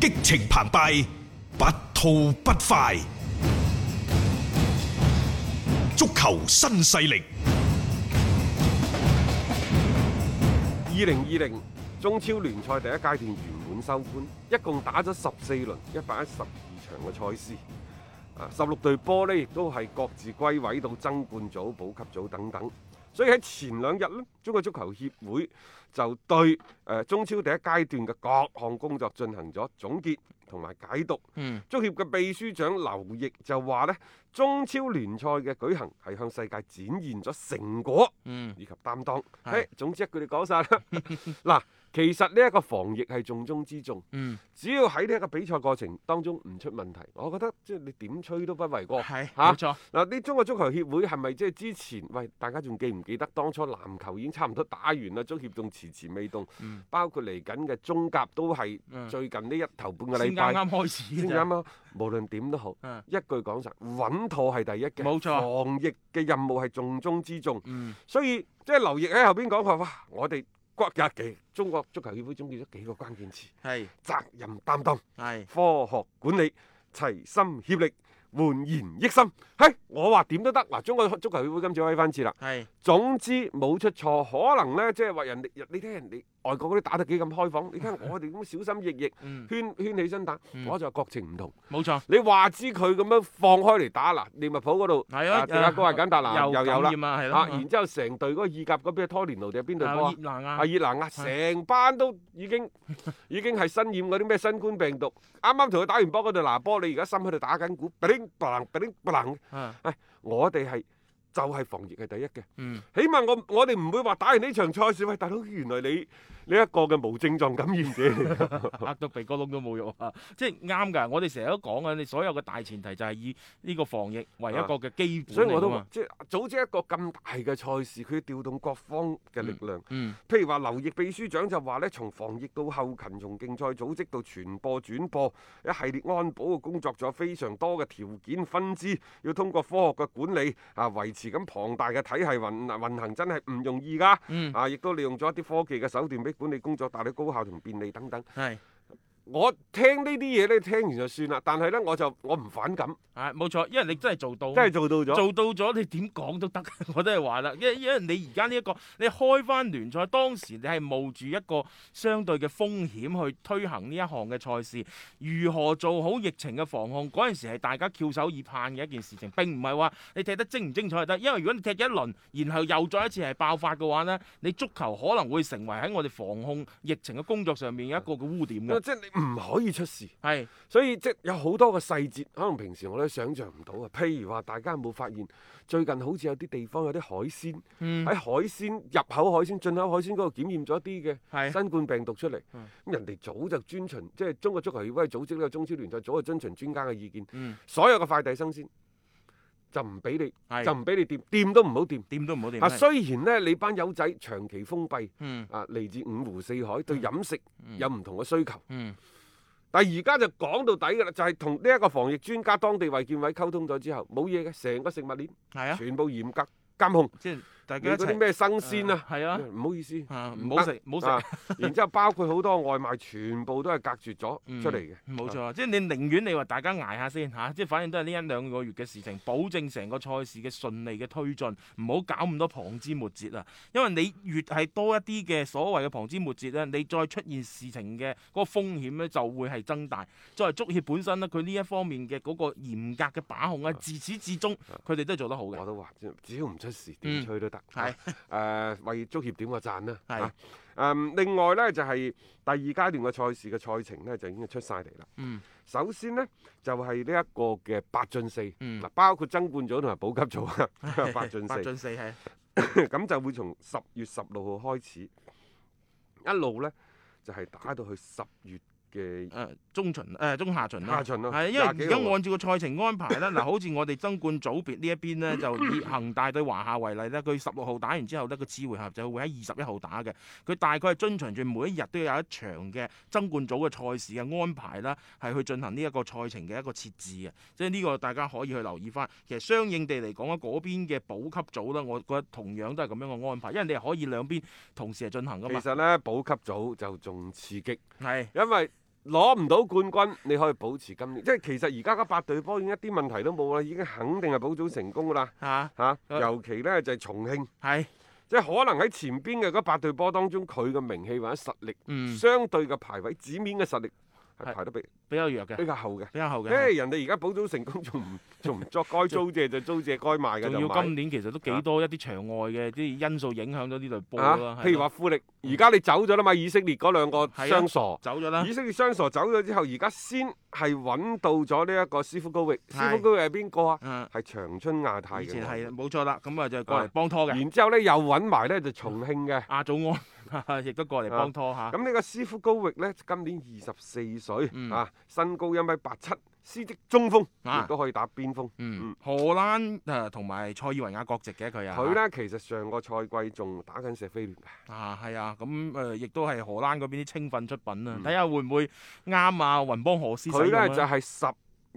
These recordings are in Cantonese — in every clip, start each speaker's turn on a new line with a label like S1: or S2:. S1: 激情澎湃，不吐不快。足球新勢力，
S2: 二零二零中超聯賽第一階段圓滿收官，一共打咗十四輪，一百一十二場嘅賽事。啊，十六隊波呢亦都係各自歸位到爭冠組、保級組等等。所以喺前兩日呢，中國足球協會就對誒、呃中超第一階段嘅各項工作進行咗總結同埋解讀。
S3: 嗯，
S2: 足協嘅秘書長劉奕就話呢，中超聯賽嘅舉行係向世界展現咗成果。
S3: 嗯，
S2: 以及擔當。
S3: 係
S2: 誒，總之一句你講晒啦。 嗱，其實呢一個防疫係重中之重，
S3: 嗯，
S2: 只要喺呢一個比賽過程當中唔出問題，我覺得即係你點吹都不為過。
S3: 係
S2: 嚇
S3: 冇錯，
S2: 嗱，呢中國足球協會係咪即係之前？喂，大家仲記唔記得當初籃球已經差唔多打完啦，足協仲遲遲未動，
S3: 嗯
S2: 包括嚟緊嘅中甲都係
S3: 嗯
S2: 最近呢一頭半個
S3: 先
S2: 禮
S3: 啱
S2: 拜
S3: 啱開始
S2: 先
S3: 嘅
S2: 啱
S3: 啫，
S2: 啱。無論點都好，
S3: 嗯
S2: 一句講晒，穩妥係第一嘅，
S3: 冇錯
S2: 防疫嘅任務係重中之重。
S3: 嗯，
S2: 所以即係劉奕喺後邊講佢話：哇！我哋國日期中國足球協會總結咗幾個關鍵詞：
S3: 係
S2: 責任擔當、
S3: 係，
S2: 科學管理、齊心協力、煥然益心。嘿，我話點都得嗱，中國足球協會今次威翻次啦。
S3: 係，
S2: 總之冇出錯，可能呢，即係話人哋，你睇人哋外國嗰啲打得幾咁開放，你睇下我哋咁小心翼翼。
S3: 嗯，
S2: 圈圈起身打，
S3: 嗯
S2: 我就話國情唔同。
S3: 冇錯，
S2: 你話知佢咁樣放開嚟打嗱，利物浦嗰度，
S3: 係啊，
S2: 迪亞哥係簡達拿
S3: 又
S2: 又有啦
S3: 感。染啊，係
S2: 啊！
S3: 咯，
S2: 然之後成隊嗰個意甲嗰邊嘅拖連奴定係邊隊波
S3: 有
S2: 啊
S3: 熱？能啊
S2: 係，熱拿亞，成班都已 經已經係身染嗰啲咩新冠病毒。啱啱同佢打完波嗰隊拿波，你而家心喺度打緊鼓，叮嘭叮嘭。
S3: 啊
S2: 我哋係就係防疫係第一嘅，
S3: 嗯，
S2: 起碼我我哋唔會話打完呢場賽事，喂大佬，原來你你一個嘅無症狀感染者嚟㗎。
S3: 嚇到鼻哥窿都冇肉啊！ 即係啱㗎，我哋成日都講啊，你所有嘅大前提就係以呢個防疫為一個嘅基本
S2: 啊所以我
S3: 嚟㗎
S2: 都話
S3: 啊嘛，
S2: 即係組織一個咁大嘅賽事，佢要調動各方嘅力量。
S3: 嗯，
S2: 譬如話劉奕秘書長就話咧，從防疫到後勤，從競賽組織到傳播轉播，一系列安保嘅工作，仲有非常多嘅條件分支，要通過科學嘅管理啊，維持咁龐大嘅體系運運行，真係唔容易㗎。
S3: 嗯，
S2: 啊，亦都利用咗一啲科技嘅手段，俾管理工作帶嚟高效同便利等等。
S3: 係。
S2: 我聽呢啲嘢咧，聽完就算啦。但係呢，我就我唔反感，
S3: 啊，冇錯，因為你真係做到啊嘛，
S2: 真係做到咗。
S3: 做到咗，你點講都得， 我都係話啦，因為因為你而家呢一個，你開翻聯賽，當時你係冒住一個相對嘅風險去推行呢一項嘅賽事，如何做好疫情嘅防控，嗰陣時係大家翹首以盼嘅一件事情，並唔係話你踢得精唔精彩就得，因為如果你踢一輪，然後又再一次係爆發嘅話呢，你足球可能會成為喺我哋防控疫情嘅工作上面一個嘅污點嘅，
S2: 啊即係你唔可以出事。
S3: 係
S2: 所以即係有好多個細節，可能平時我都想像唔到啊。譬如話，大家有冇發現最近好似有啲地方有啲海鮮喺、
S3: 嗯
S2: 海鮮入口海鮮、進口海鮮嗰度檢驗咗一啲嘅
S3: 係
S2: 新冠病毒出嚟。咁、
S3: 嗯
S2: 人哋早就遵循，即係中國足球協會組織呢個中超聯賽，早就遵循專家嘅意見，
S3: 嗯
S2: 所有嘅快遞生鮮就唔俾你，就
S3: 係
S2: 唔俾你掂，掂都唔好掂。
S3: 點都唔好
S2: 啊，
S3: 掂，
S2: 雖然呢，你班友仔長期封閉，
S3: 嗯
S2: 啊，嚟自五湖四海，對飲食
S3: 嗯
S2: 有唔同嘅需求。
S3: 嗯
S2: 但係而家就講到底㗎啦，就係同呢一個防疫專家、當地衛健委溝通咗之後，冇嘢嘅，成個食物鏈
S3: 係啊，
S2: 全部嚴格監控。
S3: 即係大
S2: 你
S3: 家一
S2: 嗰
S3: 齊
S2: 啲。咩生鮮啊，
S3: 係啊，
S2: 唔好意思，
S3: 啊
S2: 唔
S3: 唔好
S2: 得
S3: 食，唔好
S2: 啊
S3: 食，
S2: 然之後包括好多外賣，全部都係隔絕咗
S3: 嗯
S2: 出嚟嘅。
S3: 冇錯。即係你寧願你話大家捱下先嚇，即係反正都係呢一兩個月嘅事情，保證成個賽事嘅順利嘅推進，唔好搞咁多旁枝末節啊。因為你越係多一啲嘅所謂嘅旁枝末節咧，你再出現事情嘅嗰個風險咧就會係增大。作為足協本身咧，佢呢一方面嘅嗰個嚴格嘅把控啊，自始至終佢哋都係做得好嘅
S2: 我。都話，只要唔出事，點
S3: 嗯
S2: 吹都得。
S3: 係
S2: 啊誒，為足協點個讚啦。
S3: 係
S2: 啊誒，另外呢，就係第二階段嘅賽事嘅賽程呢，就已經出晒嚟啦。
S3: 嗯
S2: 首先呢，就係呢一個嘅八進四，
S3: 嗯
S2: 嗱包括爭冠組同埋保級組啊， 八進
S3: 八
S2: 四。
S3: 進四係
S2: 咁就會從十月十六號開始，一路呢就係、打到去十月嘅
S3: 誒呃中旬誒中下旬啦
S2: 下。旬咯。
S3: 係，因為而
S2: 廿幾
S3: 家
S2: 號啊
S3: 按照個賽程安排咧，嗱，好似我哋爭冠組別呢一邊 呢，就以恒大對華夏為例咧，佢十六號打完之後呢，個次回合就會喺二十一號打嘅。佢大概係遵循住每一日都有一場嘅爭冠組嘅賽事嘅安排啦，係去進行呢一個賽程嘅一個設置嘅。即係呢個大家可以去留意翻。其實相應地嚟講咧，嗰邊嘅保級組呢，我覺得同樣都係咁樣嘅安排，因為你係可以兩邊同時係進行噶嘛
S2: 其。實呢，保級組就仲刺激，
S3: 係，
S2: 因為攞唔到冠軍，你可以保持今年，即係其實而家嗰八隊波已經一啲問題都冇啦，已經肯定係保組成功噶啦
S3: 嚇
S2: 嚇。
S3: 誒
S2: 尤其呢，就係、重慶，
S3: 啊係
S2: 即係可能喺前邊嘅嗰八隊波當中，佢嘅名氣或者實力，
S3: 嗯
S2: 相對嘅排位紙面嘅實力
S3: 係
S2: 係排得比
S3: 比較弱
S2: 比
S3: 嘅，
S2: 較後嘅。
S3: 比較後
S2: 誒、
S3: 嘅。
S2: 人哋而家保組成功，仲唔仲唔 作該租借就租借，該賣嘅
S3: 仲
S2: 啊就
S3: 要
S2: 賣
S3: 今。年其實都幾多一啲場外嘅啲因素影響咗呢隊波
S2: 啊
S3: 啦。
S2: 譬
S3: 係
S2: 如
S3: 咯
S2: 話富力，而家你走咗啦嘛，以色列嗰兩個
S3: 係啊
S2: 雙傻。
S3: 走咗啦，
S2: 以色列雙傻走咗之後，而家先係揾到咗呢一個師傅高域。
S3: 係
S2: 師傅高域係邊個啊？
S3: 嗯，
S2: 係長春亞泰
S3: 以前
S2: 嘅。
S3: 係冇錯啦，咁啊就過嚟幫拖嘅。嗯
S2: 然之後呢，又揾埋呢就重慶嘅。
S3: 阿祖安 亦都過嚟幫拖嚇，
S2: 啊咁呢個師傅高域呢，今年二十四歲
S3: 嗯
S2: 啊，身高一米八七，司職中鋒，
S3: 啊
S2: 亦都可以打邊鋒。
S3: 嗯
S2: 嗯，
S3: 荷蘭誒同埋塞爾維亞國籍嘅佢啊，
S2: 佢呢，其實上個賽季仲打緊石飛聯嘅。
S3: 啊係啊，咁誒亦都係荷蘭嗰邊啲青訓出品啊，睇下會唔會啱啊雲邦何斯
S2: 嗯
S3: 使
S2: 佢
S3: 用
S2: 呢，
S3: 啦
S2: 就係十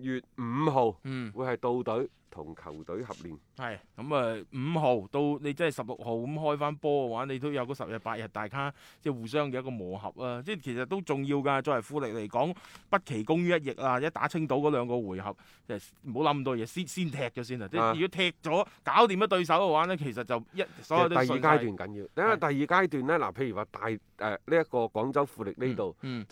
S2: 月五號
S3: 嗯
S2: 會係到隊同球隊合練。
S3: 係咁啊五號到你即係十六號咁開翻波嘅話，你都有個十日八日大家即係互相嘅一個磨合啊，即係其實都重要㗎。作為富力嚟講，不其功於一役啊！一打青島嗰兩個回合，就唔好諗咁多嘢，先先踢咗先啊！即係
S2: 啊
S3: 如果踢咗搞掂咗對手嘅話呢，其實就一所有
S2: 第
S3: 都
S2: 二
S3: 順
S2: 階
S3: 晒
S2: 段緊要，因為第二階段呢，嗱，譬如話大誒呢一個廣州富力呢度
S3: 嗯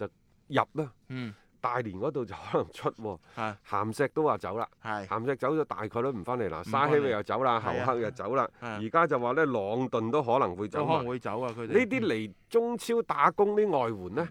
S2: 入啦，
S3: 嗯
S2: 大連嗰度就可能出喎。
S3: 係
S2: 鹹石都話走啦，
S3: 嗯係
S2: 鹹石走咗大概都唔翻嚟啦，
S3: 唔
S2: 沙
S3: 返
S2: 希
S3: 嚟
S2: 域又走啦，侯
S3: 係啊
S2: 克又走啦，
S3: 係啊
S2: 而家就話呢，朗頓都可能會
S3: 有
S2: 走
S3: 可能
S2: 埋。
S3: 會走啊！佢哋
S2: 嗯呢啲嚟中超打工啲外援呢，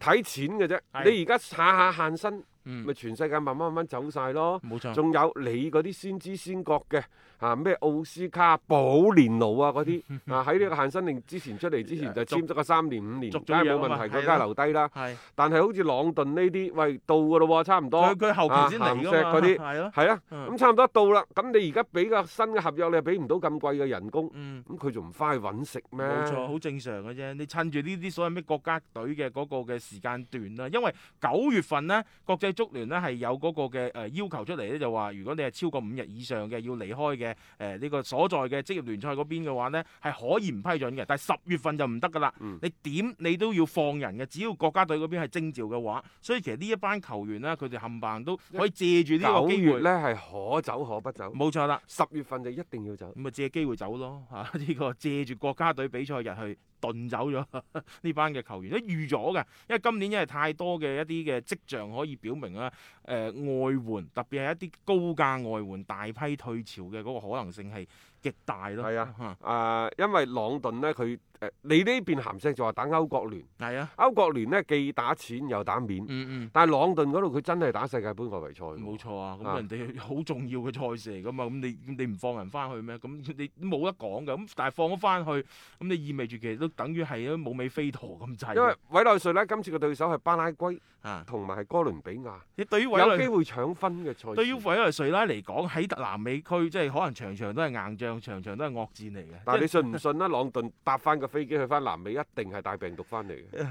S2: 睇錢嘅啫。
S3: 嗯係
S2: 你而家下下限薪，
S3: 嗯
S2: 咪全世界慢慢慢慢走晒咯。
S3: 冇錯，
S2: 仲有你嗰啲先知先覺嘅啊，咩奧斯卡、保連奴啊嗰啲
S3: 嗯
S2: 啊，喺呢個限薪令之前出嚟之前就
S3: 續
S2: 簽咗個三年五年，
S3: 續
S2: 梗
S3: 咗
S2: 係
S3: 約
S2: 冇
S3: 啊
S2: 問
S3: 嘛
S2: 題，佢
S3: 係
S2: 梗係
S3: 咯
S2: 留低啦。
S3: 係
S2: 但係好似朗頓呢啲，喂到噶咯喎，差唔
S3: 佢
S2: 多
S3: 佢後期先嚟㗎嘛，
S2: 啊鹹石嗰啲
S3: 係咯，
S2: 係啦。
S3: 嗯
S2: 咁差唔多到啦，咁你而家俾個新嘅合約，你又俾唔到咁貴嘅人工，
S3: 嗯。
S2: 咁佢仲唔翻去揾食咩？
S3: 冇錯，好正常嘅啫。你趁住呢啲所謂咩國家隊嘅嗰個嘅時間段啦，因為九月份呢，國際足聯呢係有嗰個嘅誒要求出嚟咧，就話如果你係超過五日以上嘅要離開嘅誒呢個所在嘅職業聯賽嗰邊嘅話呢，係可以唔批准嘅。但係十月份就唔得㗎啦。
S2: 嗯
S3: 你點你都要放人嘅，只要國家隊嗰邊係徵召嘅話，所以其實呢一班球員呢，佢哋冚唪唥都可以借住呢
S2: 九
S3: 個機
S2: 月
S3: 會，
S2: 呢係可走可不走，
S3: 冇錯啦。
S2: 十月份就一定要走。
S3: 咁啊借機會走咯 啊嚇，呢、個借住國家隊比賽日去遁走咗 呢班嘅球員，都預咗嘅，因為今年因為太多嘅一啲嘅跡象可以表明啦，誒、外援特別係一啲高價外援大批退潮嘅嗰個可能性係極大咯。
S2: 係啊
S3: 嚇，
S2: 啊、因為朗頓呢，佢誒、你呢邊鹹石就話打歐國聯，
S3: 係啊，
S2: 歐國聯呢既打錢又打面，
S3: 嗯
S2: 但係朗頓嗰度佢真係打世界盃外圍賽喎。
S3: 嗯，冇錯啊，咁
S2: 啊
S3: 人哋好重要嘅賽事嚟噶嘛，咁你你唔放人翻去咩？咁你冇得講嘅，咁但係放咗翻去，咁你意味住其實都等於係冇尾飛陀咁滯嘅。
S2: 因為委內瑞拉今次嘅對手係巴拉圭
S3: 啊，
S2: 同埋係哥倫比亞，
S3: 你對於委內
S2: 有機會搶分嘅賽事。
S3: 對於委內瑞拉嚟講，喺南美區即係可能場場都係硬仗，場場都係惡戰嚟嘅。
S2: 但係
S3: 即
S2: 你信唔信啦？朗頓搭翻個飛機去翻南美，一定係帶病毒翻嚟 嘅。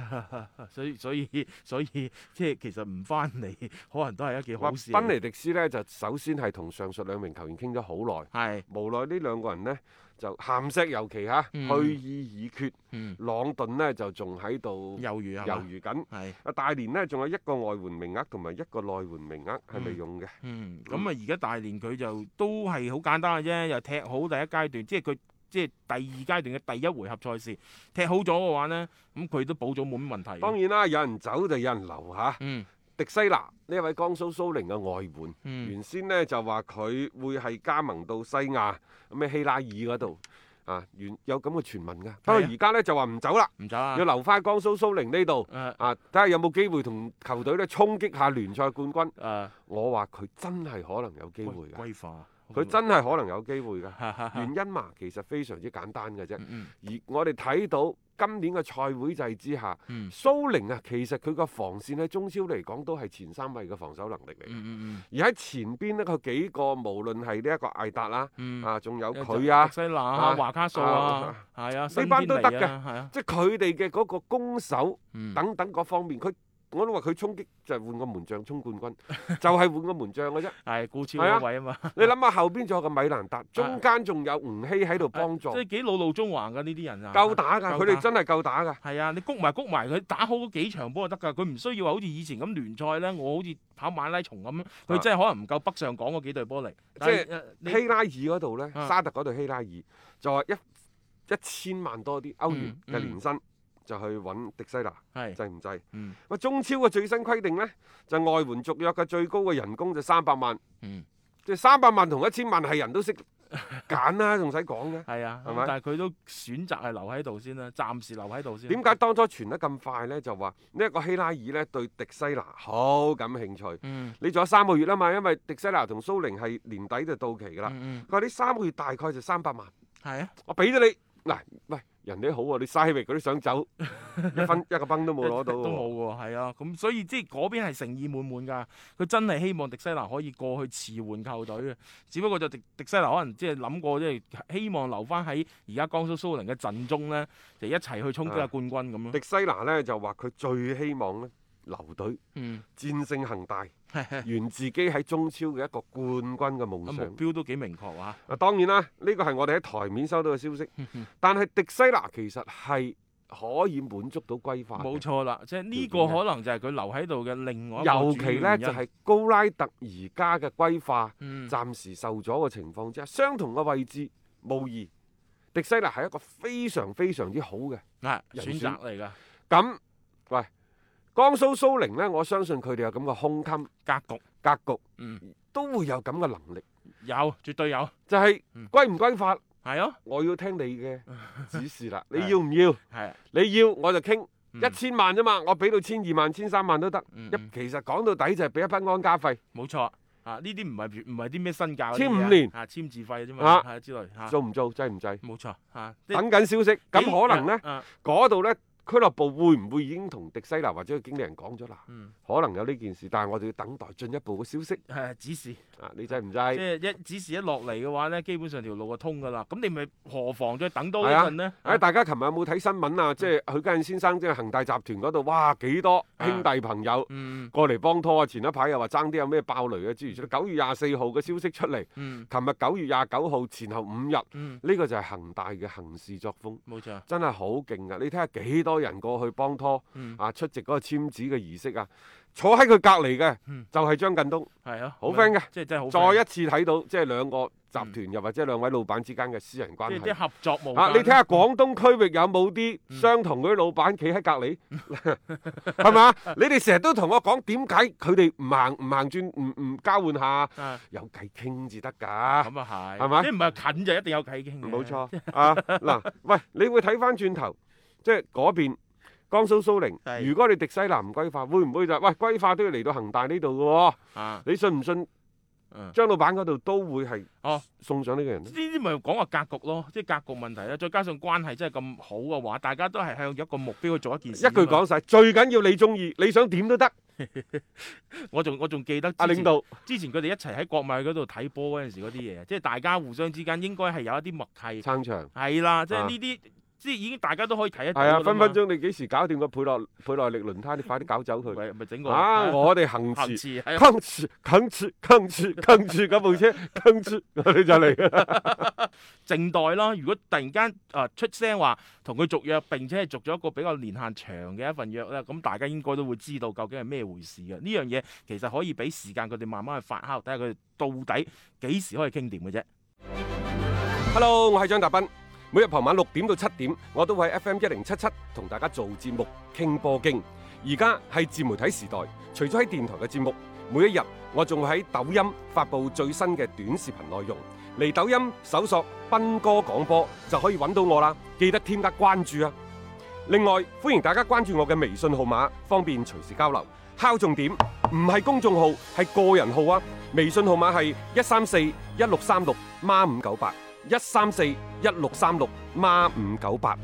S3: 係 所以 所以所以即係其實唔翻嚟，可能都係一件
S2: 哇
S3: 好事嚟
S2: 賓
S3: 嘅。
S2: 尼迪斯呢，就首先係同上述兩名球員傾咗好耐，
S3: 係，
S2: 無奈呢兩個人呢，就鹹石尤其嚇、
S3: 嗯
S2: 去意已決，
S3: 嗯，
S2: 朗頓呢，就仲喺度
S3: 猶豫係
S2: 猶
S3: 嘛？
S2: 豫緊。
S3: 係，
S2: 啊，大連呢，仲有一個外援名額同埋一個內援名額係未用嘅。
S3: 嗯，咁啊，而家大連佢就都係好簡單嘅啫，又踢好第一階段，即係佢。即係第二階段嘅第一回合賽事踢好咗嘅話呢，咁佢都補咗冇乜問題嘅。
S2: 當然啦，有人走就有人留嚇。
S3: 嗯
S2: 迪西拿呢位江蘇蘇寧嘅外援，
S3: 嗯
S2: 原先呢就話佢會係加盟到西亞咩希拉爾嗰度啊，原有咁嘅傳聞㗎。不過而家呢就話唔走啦，
S3: 唔走啊
S2: 要。留翻江蘇蘇寧呢度。
S3: 誒
S2: 啊！睇下有冇機會同球隊咧衝擊下聯賽冠軍。
S3: 誒，
S2: 我話佢真係可能有機會㗎，
S3: 規化，
S2: 佢 真係可能有機會㗎。
S3: 真
S2: 原因嘛，其實非常之簡單嘅啫。
S3: 嗯
S2: 而我哋睇到今年嘅賽會制之下，
S3: 嗯
S2: 蘇寧啊，其實佢個防線喺中超嚟講都係前三位嘅防守能力嚟。
S3: 嗯嗯
S2: 而喺前邊呢，佢幾個無論係呢一個艾達啦，
S3: 嗯，
S2: 啊，仲有
S3: 誒
S2: 佢啊
S3: 迪，西拿啊、
S2: 啊
S3: 華卡素啊，係啊，新
S2: 班都
S3: 天尼
S2: 得嘅
S3: 啊係啊，
S2: 即係佢哋嘅嗰個攻守
S3: 嗯
S2: 等等各方面，佢我都話佢衝擊就係換個門將衝冠軍，就係換個門將嘅啫。
S3: 係顧超
S2: 係啊
S3: 嗰位啊嘛，
S2: 你諗下後邊仲有個米蘭達，中間仲有吳曦喺度幫助
S3: 即，係幾老路中環㗎呢啲人啊，
S2: 夠打㗎！
S3: 夠
S2: 佢哋真係夠打㗎。
S3: 係啊，你谷埋谷埋佢打好嗰幾場波就得㗎，佢唔需要話好似以前咁聯賽咧，我好似跑馬拉松咁，
S2: 啊
S3: 佢真係可能唔夠北上港嗰幾隊波嚟。但
S2: 即
S3: 呃你
S2: 希拉爾嗰度呢，
S3: 啊
S2: 沙特嗰度希拉爾就話一一千萬多啲歐元
S3: 嗯
S2: 嘅
S3: 嗯
S2: 年薪就去揾迪西拿，
S3: 係
S2: 制唔制？
S3: 嗯
S2: 咁中超嘅最新規定呢，就外援續約嘅最高嘅人工就三百萬，
S3: 嗯
S2: 即係三百萬同一千萬係人都識揀啦，仲使講 嘅？
S3: 係啊，
S2: 係咪
S3: 但係佢都選擇係留喺度先啦，暫時留喺度先。
S2: 點解當初傳得咁快呢？就話呢一個希拉爾呢對迪西拿好感興趣。
S3: 嗯？
S2: 你仲有三個月啦嘛，因為迪西拿同蘇寧係年底就到期㗎啦。
S3: 嗯嗯，
S2: 佢話呢三個月大概就三百萬。
S3: 係啊，
S2: 我俾咗你嗱，喂，人哋好啊喎、你嘥氣嗰啲想 走，一分一個崩都冇攞到
S3: 都
S2: 喎。
S3: 冇喎，係啊，咁所以即係嗰邊係誠意滿滿㗎，佢真係希望迪西拿可以過去置換球隊嘅，只不過就迪迪西拿可能即係諗過，即係希望留翻喺而家江蘇蘇寧嘅陣中咧，就一齊去衝擊下
S2: 啊
S3: 冠軍咁咯。
S2: 迪西拿呢就話佢最希望呢留隊
S3: 嗯，
S2: 戰勝恒大，
S3: 係係
S2: 圓自己喺中超嘅一個冠軍嘅夢
S3: 咁
S2: 想
S3: 啊目。標都幾明確啊！
S2: 啊，當然啦，呢個係我哋喺台面收到嘅消息，但係迪西拿其實係可以滿足到歸化嘅。
S3: 冇錯啦，即係呢
S2: 條
S3: 個
S2: 件嘅
S3: 可能就係佢留喺度嘅另外一個
S2: 尤
S3: 主
S2: 其呢，
S3: 要原
S2: 就
S3: 因
S2: 係、高拉特而家嘅歸化，
S3: 嗯
S2: 暫時受阻嘅情況之下，相同嘅位置，無疑迪西拿係一個非常非常之好嘅。
S3: 啊
S2: 人
S3: 選擇嚟㗎
S2: 咁喂，江蘇蘇寧呢，我相信佢哋有咁嘅胸襟
S3: 格局，
S2: 格局，
S3: 嗯，
S2: 都會有咁嘅能力。
S3: 有絕對有，
S2: 就係、
S3: 嗯
S2: 歸唔歸法，
S3: 係咯，
S2: 我要聽你嘅指示 啦。你
S3: 係
S2: 要唔要？
S3: 係啊
S2: 你要我就傾
S3: 嗯
S2: 一千萬啫嘛，我俾到千二萬、千三萬都得。
S3: 嗯
S2: 一
S3: 嗯
S2: 其實講到底就係俾一筆安家費，
S3: 冇錯啊！呢啲唔係唔係啲咩身教嗰啲
S2: 簽
S3: 嘢啊
S2: 五年
S3: 啊，簽字費啫嘛，
S2: 啊
S3: 啊之類嚇，
S2: 做唔做制唔制？
S3: 冇錯嚇。即係
S2: 等緊消息，咁可能呢，
S3: 幾啊
S2: 嗰度呢，俱樂部會唔會已經同迪西拿或者佢經理人講咗啦？
S3: 嗯
S2: 可能有呢件事，但係我哋要等待進一步嘅消息。
S3: 誒指示，即
S2: 啊，你制唔制？
S3: 係一指示一落嚟嘅話咧，基本上條路就通㗎啦。咁你咪何妨再等多一
S2: 係啊
S3: 陣呢？
S2: 誒，大家琴日有冇睇新聞
S3: 嗯
S2: 啊？即係許家印先生，即係恒大集團嗰度，哇，幾多兄弟朋友
S3: 啊嗯
S2: 過嚟幫拖啊！前一排又話爭啲有咩爆雷啊，諸如此類。九月廿四號嘅消息出嚟，
S3: 嗯
S2: 琴日九月廿九號前後五日，呢、
S3: 嗯，
S2: 個就係恒大嘅行事作風，
S3: 冇錯，
S2: 真係好勁啊！你睇下幾多人過去幫拖
S3: 嗯
S2: 啊，出席嗰個簽字嘅儀式啊，坐喺佢隔離嘅
S3: 嗯
S2: 就係張近東，
S3: 係啊，
S2: 好 friend 嘅
S3: 即係真係好 friend。
S2: 再一次睇到即係兩個集團又或者兩位老闆之間嘅私人關
S3: 即係
S2: 係
S3: 啲。合作無間
S2: 啊！你睇下廣東區域有冇啲
S3: 嗯
S2: 相同嗰啲老闆企喺 隔離，係嘛？你哋成日都同我講點解佢哋唔行唔行轉唔唔交換下，
S3: 啊
S2: 有偈傾至得㗎，
S3: 咁啊係，
S2: 係咪
S3: 即係唔係近就一定有偈傾嘅
S2: 冇。錯啊！嗱，喂，你會睇翻轉頭，即係嗰邊江蘇蘇寧，
S3: 係
S2: 如果你迪西南唔歸化，會唔會就喂歸化都要嚟到恒大呢度嘅喎？
S3: 啊，
S2: 你信唔信
S3: 嗯，
S2: 張老闆嗰度都會係
S3: 哦
S2: 送上呢個人
S3: 呢
S2: 呢？
S3: 啲咪講話格局咯，即係格局問題啦。再加上關係真係咁好嘅話，大家都係向一個目標去做一件
S2: 一
S3: 事。啊
S2: 句講，晒，最緊要你中意，你想點都得，
S3: 我仲我仲記得之
S2: 阿
S3: 前
S2: 領導。
S3: 之前佢哋一齊喺國米嗰度睇波嗰陣時嗰啲嘢，即係大家互相之間應該係有一啲默契。
S2: 撐場。
S3: 係啦，即
S2: 啊
S3: 係呢啲即係已經大家都可以 睇得到
S2: 係啊，
S3: 㗎啦
S2: 分
S3: 嘛
S2: 分鐘你幾時搞掂個倍耐倍耐力輪胎，你快啲搞走佢。
S3: 咪咪整個
S2: 啊！我哋行
S3: 行
S2: 遲，
S3: 詞係啊
S2: 坑住坑住坑住坑住嗰部車，坑住我哋就嚟㗎啦。
S3: 靜待啦。如果突然間啊、出聲話同佢續約，並且係續咗一個比較年限長嘅一份約咧，咁大家應該都會知道究竟係咩回事嘅。呢樣嘢其實可以俾時間佢哋慢慢去發酵，睇下佢哋到底幾時可以傾掂嘅啫。
S2: Hello，我係張達斌。每日傍晚六點到七點，我都會喺 FM 一零七七同大家做節目傾波經。而家係自媒體時代，除咗喺電台嘅節目，每一日我仲會喺抖音發布最新嘅短視頻內容。嚟抖音搜索斌哥廣播就可以揾到我啦，記得添加關注啊！另外，歡迎大家關注我嘅微信號碼，方便隨時交流。敲重點，唔係公眾號，係個人號啊！微信號碼係一三四一六三六孖五九八，一三四一六三六孖五九八。